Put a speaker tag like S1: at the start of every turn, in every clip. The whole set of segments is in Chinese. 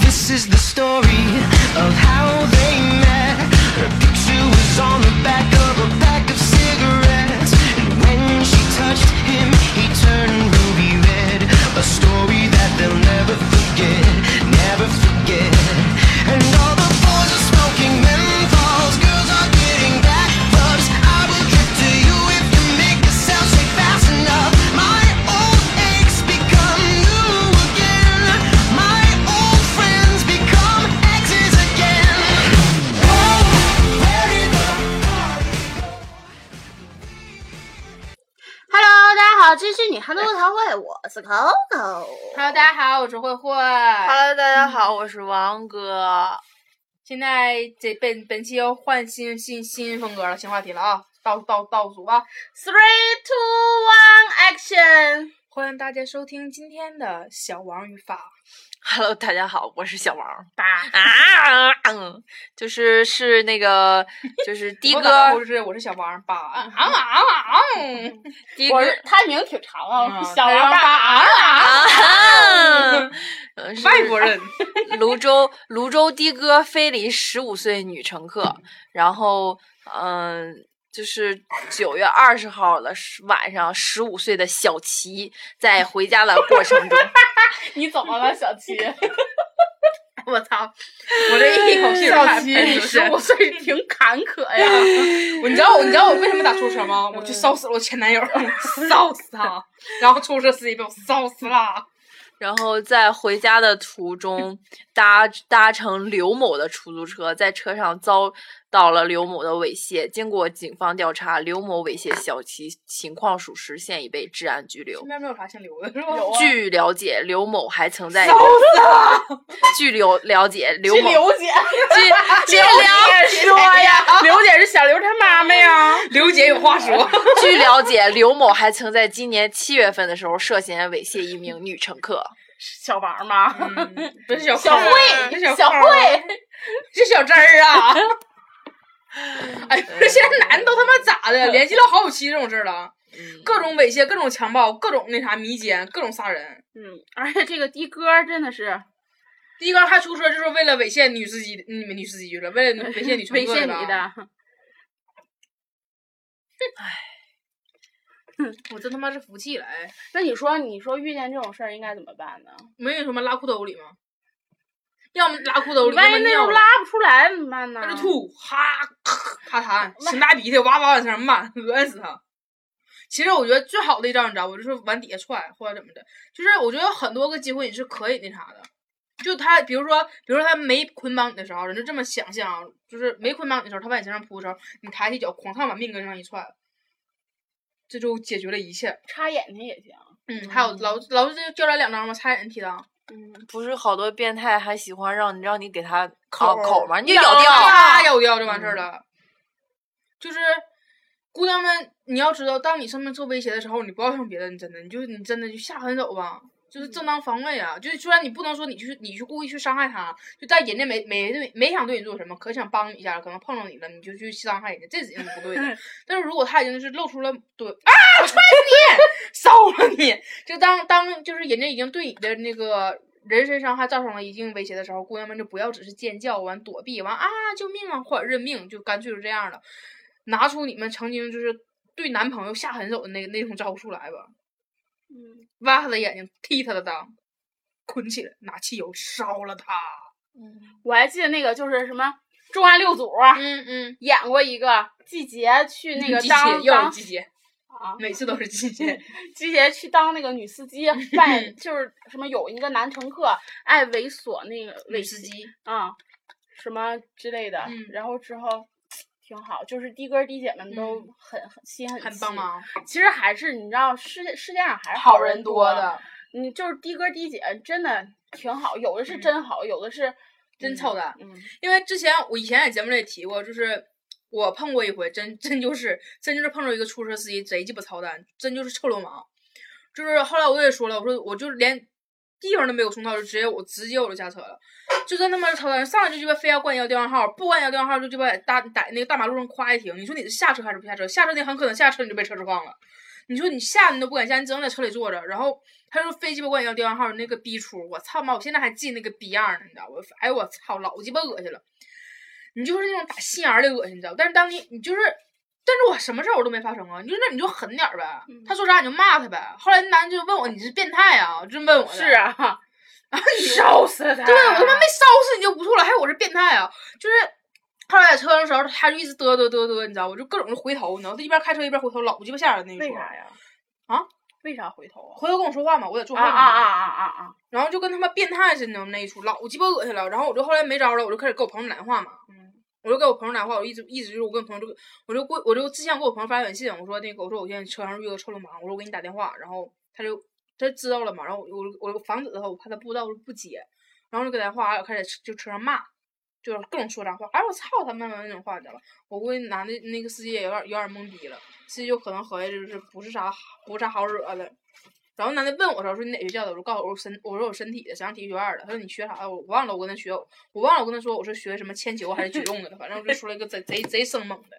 S1: This is the story of how they met. Her picture was on the back of a pack of cigarettes. And when she touched him, he turned ruby red. A story that they'll never forget, never forget. And all the boys are smoking menthols, girls are getting back rubs. I will drift to you if you make yourself shake fast enough. My old aches become new again. My old friends become exes again. Oh, where did the party go?
S2: Hello，大家好，这是女汉子卧谈会，我是 Coco。
S3: Hello，大家好，我是慧慧。
S4: Hello，大家好，我是王哥。
S3: 现在这本本期要换新新新风格了，新话题了啊！倒倒倒数啊
S2: Three, two, one, action！
S3: 欢迎大家收听今天的小王语法
S4: Hello，大家好，我是小王。
S3: 吧。
S4: 啊，嗯，就是是那个，就是的
S3: 我感觉
S4: 哥
S3: 我，是我是小王吧，啊啊啊啊！
S4: 的哥
S2: 他名挺长
S3: 嗯吧，
S4: 啊， 呃是
S3: 外国人，
S4: 泸州泸州的哥非礼十五岁女乘客，然后嗯、就是九月二十号的时晚上，十五岁的小齐在回家的过程中，
S3: 你怎么了，小七？ 我操！我这一口气儿
S5: 小
S3: 看
S5: 齐，
S3: 喷
S5: 你
S3: 出去
S5: 十五岁挺坎坷呀。
S3: 我你知道我你知道我为什么打出租车吗？我去烧死了我前男友，烧死他！然后出租车司机被我烧死了。
S4: 然后在回家的途中搭搭乘刘某的出租车，在车上遭到了刘某的猥亵。经过警方调查，刘某猥亵小齐情况属实，现已被治安拘留
S3: 身。边没有啥姓刘的是吧？
S4: 据了解，刘某还曾在据了了解，刘
S5: 这
S4: 某
S5: 刘 姐，
S4: 据据
S5: 姐
S4: 了
S5: 说呀，刘姐是小刘他妈妈呀。
S3: 刘姐有话说。
S4: 据了解，刘某还曾在今年七月份的时候涉嫌猥亵一名女乘客。
S5: 小王吗？
S3: 嗯不是小
S5: 小
S3: 慧
S5: 慧，
S3: 是
S5: 小
S3: 小
S5: 慧
S3: 慧 儿，啊
S5: 是小真儿啊！
S3: 哎，不是现在男的都他妈咋的？联系了好几期这种事儿了，
S4: 嗯
S3: 各种猥亵，各种强暴，各种那啥迷奸，各种杀人。
S5: 嗯，而且这个的哥真的是
S3: 第一个他出车就是为了猥亵女司机，你们女司机去了，为了猥亵女乘
S5: 猥
S3: 客
S5: 亵
S3: 吧
S5: 你的。
S3: 我真他妈是服气了，哎，
S5: 那你说，你说遇见这种事儿应该怎么办呢？
S3: 没有什么拉裤兜里吗？要么拉裤兜里，
S5: 万一那
S3: 那啊
S5: 时候拉不出来怎么办呢？
S3: 那就吐，哈咳哈痰，擤大鼻涕，哇哇往身上漫，恶心死他。其实我觉得最好的一招，你知道不？就是往底下踹或者怎么的，就是我觉得有很多个机会你是可以那啥的。就他，比如说，比如说他没捆绑你的时候，人就这么想象啊，就是没捆绑你的时候，他往你身上扑的时候，你抬起脚，哐当往命根上一踹，这就解决了一切。
S5: 插眼睛也行。
S3: 嗯，还有老老子就教咱两招嘛，差点踢裆。
S4: 嗯不是好多变态还喜欢让你让你给他口
S3: 口
S4: 哦口吗？你就
S3: 咬
S4: 咬掉。啊
S3: 啪咬掉就完事儿了。就是姑娘们，你要知道，当你生命受威胁的时候，你不要想别的，你真的，你就你真的就下狠手吧，就是正当防卫啊。就是虽然你不能说你去你去故意去伤害他，就但人家没没对没想对你做什么，可想帮你一下，可能碰着你了，你就去伤害人家，这是不对的。但是如果他已经是露出了对啊，我踹死你，烧了 你，就当当就是人家已经对你的那个人身伤害造成了一定威胁的时候，姑娘们就不要只是尖叫完躲避完啊救命啊或者认命，就干脆就这样了，拿出你们曾经就是对男朋友下狠手的那那种招数来吧，
S5: 嗯，
S3: 挖他的眼睛，踢他的裆，捆起来，拿汽油烧了他。
S5: 我还记得那个就是什么《重案六组》啊，
S3: 嗯嗯，
S5: 演过一个季节去那个
S3: 季
S5: 当
S3: 节又
S5: 当
S3: 是季节，
S5: 啊，
S3: 每次都是 季节。
S5: 季节去当那个女司 机，扮演就是什么有一个男乘客爱猥琐那个
S3: 女
S5: 猥
S3: 司机，
S5: 啊什么之类的，
S3: 嗯
S5: 然后之后挺好，就是的哥的姐们都
S3: 嗯
S5: 很很心很
S3: 很啊
S5: 细
S3: 帮。忙，
S5: 其实还是你知道世界世界上还是人
S3: 多
S5: 的，
S3: 的，
S5: 你就是的哥的姐真的挺好，有的是真好，有的是
S3: 嗯真臭的。
S5: 嗯
S3: 因为之前我以前在节目里也提过，就是我碰过一回，真真就是真就是碰着一个出租车司机贼鸡巴操蛋，真就是臭流氓。就是后来我也说了，我说我就是连地方都没有送到，就直接我直接我就下车了，就真他妈是操蛋，上来就鸡巴非要管你要电话号，不管你要电话号就鸡巴在大在那个大马路上夸一停，你说你是下车还是不下车？下车你很可能下车你就被车撞了。你说你下你都不敢下，你只能在车里坐着。然后他说非鸡巴管你要电话号，那个逼出，我操妈！我现在还记那个逼样儿呢，你知道我，哎呦我操，老鸡巴恶心了。你就是那种打心眼儿里恶心，你知道？但是当你你就是，但是我什么事儿我都没发生啊。你就那你就狠点儿呗，他说啥你就骂他呗。后来那男的就问我你是变态啊，就这么问我的。
S5: 是 啊，
S3: 然后你
S5: 烧死他！
S3: 对啊我他妈没烧死你就不错了，还有我是变态啊！就是后来在车上的时候，他就一直嘚嘚嘚嘚，你知道，我就各种回头，你知道，他一边开车一边回头，老鸡巴吓人那一
S5: 为
S3: 说。
S5: 啥呀？
S3: 啊？
S5: 为啥回头啊？
S3: 回头跟我说话嘛，我在坐后
S5: 啊
S3: 面嘛，
S5: 啊啊啊啊啊！
S3: 然后就跟他妈变态似的那一出，老鸡巴恶心了。然后我就后来没招了，我就开始给我朋友打电话嘛，
S5: 嗯
S3: 我就给我朋友打电话，我一直一直就是我跟朋友就我就过我就之前给我朋友发短信，我说那个我说我现在车上遇到臭流氓，我说我给你打电话，然后他就他就知道了嘛，然后我我我就防止他，我怕他不知道我就不接，然后就给他打电话，我开始就车上骂，就是各种说脏话，哎我操他们那种话你知道吧？我估计男的那个司机也有点有点懵逼了，司机就可能合计就是不是啥不是啥好惹的。然后男的问我说：“说你哪学校的？”我说：“告诉我我身我说我身体的，沈阳体育学院的。”他说：“你学啥的？”我忘了，我跟他学，我忘了，我跟他说我是学什么铅球还是举重的了，反正我就说了一个贼贼贼生猛的，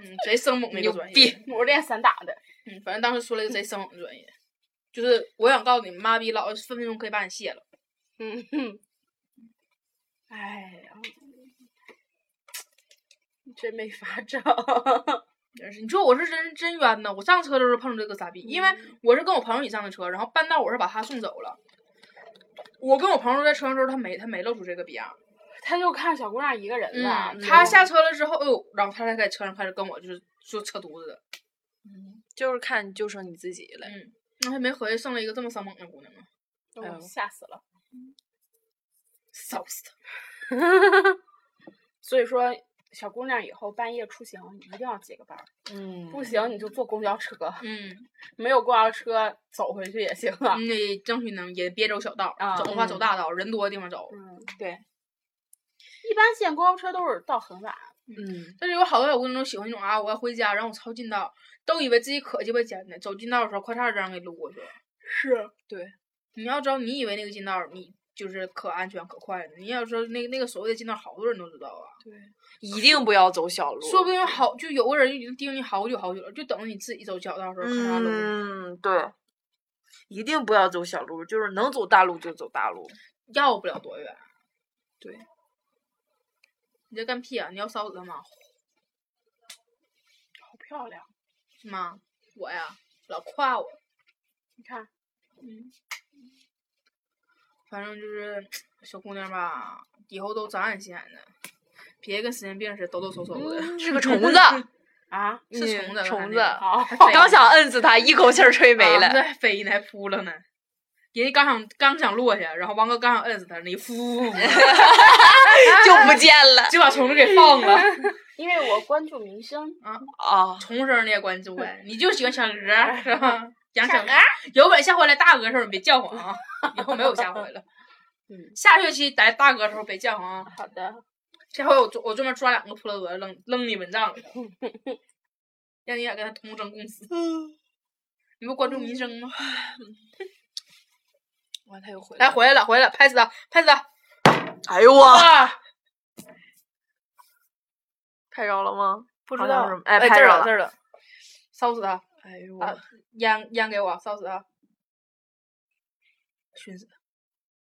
S3: 嗯，贼生猛的一个
S4: 牛
S3: 专业
S4: 逼，
S5: 我是练散打的，
S3: 嗯，反正当时说了一个贼生猛的专业，就是我想告诉你，妈逼老子分分钟可以把你卸了。
S5: 嗯哼，
S3: 哎呀，
S5: 真没法找。
S3: 真是，你说我是真真冤呐！我上车的时候碰着这个傻逼，因为我是跟我朋友一起上的车，然后半道我是把他送走了。我跟我朋友在车上的时候，他没他没露出这个逼样儿。
S5: 他就看小姑娘一个人了
S3: 嗯，，他
S5: 他
S3: 下车了之后，哎呦，然后他才在车上开始跟我就是就扯犊子的。
S4: 就是看就剩你自己了。
S3: 嗯，那还没合计剩了一个这么生猛的姑娘吗？啊
S5: 哎
S4: 哎
S5: 呦
S4: 呦
S5: 吓死了。
S3: 骚死他！
S5: 所以说，小姑娘以后半夜出行一定要结个伴儿，
S4: 嗯
S5: 不行你就坐公交车，
S3: 嗯，
S5: 没有公交车走回去也行啊。
S3: 你得争取能也别走小道儿，
S5: 啊
S3: 走的话
S4: 嗯
S3: 走大道儿，人多的地方走。
S5: 嗯，
S4: 对，
S5: 一般现在公交车都是到很晚，
S4: 嗯，
S3: 但是有好多小姑娘都喜欢那种啊，我要回家，然后我抄近道，都以为自己可鸡巴尖呢，走近道的时候咔嚓就让人给撸过去了。
S5: 是
S3: 你要知道，你以为那个近道儿你就是可安全可快的，你要知道那个那个所谓的近道儿，好多人都知道啊，
S4: 一定不要走小路。
S3: 说不定好就有个人已经盯着你好久好久了，就等着你自己走小道儿的时候咔嚓撸。
S4: 嗯，对，一定不要走小路，就是能走大路就走大路。
S3: 要不了多远。
S4: 对，
S3: 你在干屁啊？你要烧死他吗？
S5: 好漂亮。
S3: 妈，我呀，老夸我，
S5: 你看，
S3: 反正就是小姑娘吧，以后都长眼心眼的，别跟神经病似的抖抖擞擞 的，
S4: 是个虫子，
S5: 啊，
S3: 是
S4: 嗯
S3: 虫子，
S4: 虫子
S5: 好
S3: 还飞
S4: 刚想
S3: 呢
S4: 摁死他，一口气儿 吹没
S3: 啊
S4: 了。
S3: 那还飞呢，还扑棱呢。人家刚想刚想落下，然后王哥刚想摁死他，你呼
S4: 就不见 了
S3: 就把虫子给放了。
S5: 因为我关注明星，
S4: 啊！
S3: 虫声你也关注呗，你就喜欢小鹅儿是 吧？养哎小
S5: 小
S3: 鹅儿，有本事下回来大鹅的时候你别叫唤啊，以后没有下回 了。
S5: 嗯，
S3: 下学期来大鹅的时候别叫唤啊，
S5: 好的，
S3: 下回我专我专门抓两个破鹅扔扔你蚊帐 里，让你俩跟他同生共死。你们关注民生吗？嗯
S4: 哇，他又回
S3: 来
S4: 来。
S3: 回来了，回来了，拍死他，拍死他！
S4: 哎呦我
S3: 啊，
S4: 拍着了吗？
S3: 不
S4: 好
S3: 知
S4: 像
S3: 道
S4: 是，哎
S3: 这
S4: 拍
S3: 儿
S4: 着
S3: 了
S4: 了
S3: 这儿了，烧死他，
S4: 哎呦
S3: 啊烟烟给我，烧死他，熏死他，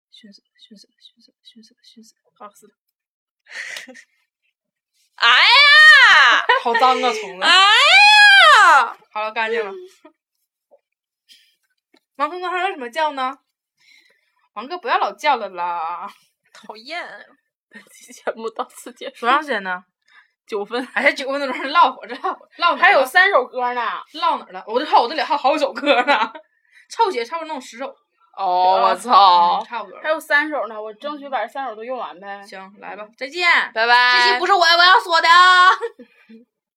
S3: 熏死他，熏死他，熏死他，熏死他，熏死他，烫死他！
S4: 哎呀！
S3: 好脏啊，虫 子！
S4: 哎呀！
S3: 好了，干净了。 王哥刚才为什么叫呢？王哥不要老叫了啦！
S4: 讨厌！
S5: 本期节目到此结束
S3: 多，长时间呢？
S5: 九分，
S3: 哎，这九分钟唠会儿，唠会儿唠哪儿了
S5: 还有三首歌呢。
S3: 唠哪儿了？我就看我这里还有好几首歌呢， 凑齐差不多弄十首。
S4: 哦，我
S3: 嗯
S4: 操！
S3: 差不多了。
S5: 还有三首呢，我争取把这三首都用完呗。
S3: 行，来吧，再见。
S4: 拜拜。哦
S3: 这期不是我我要说的啊。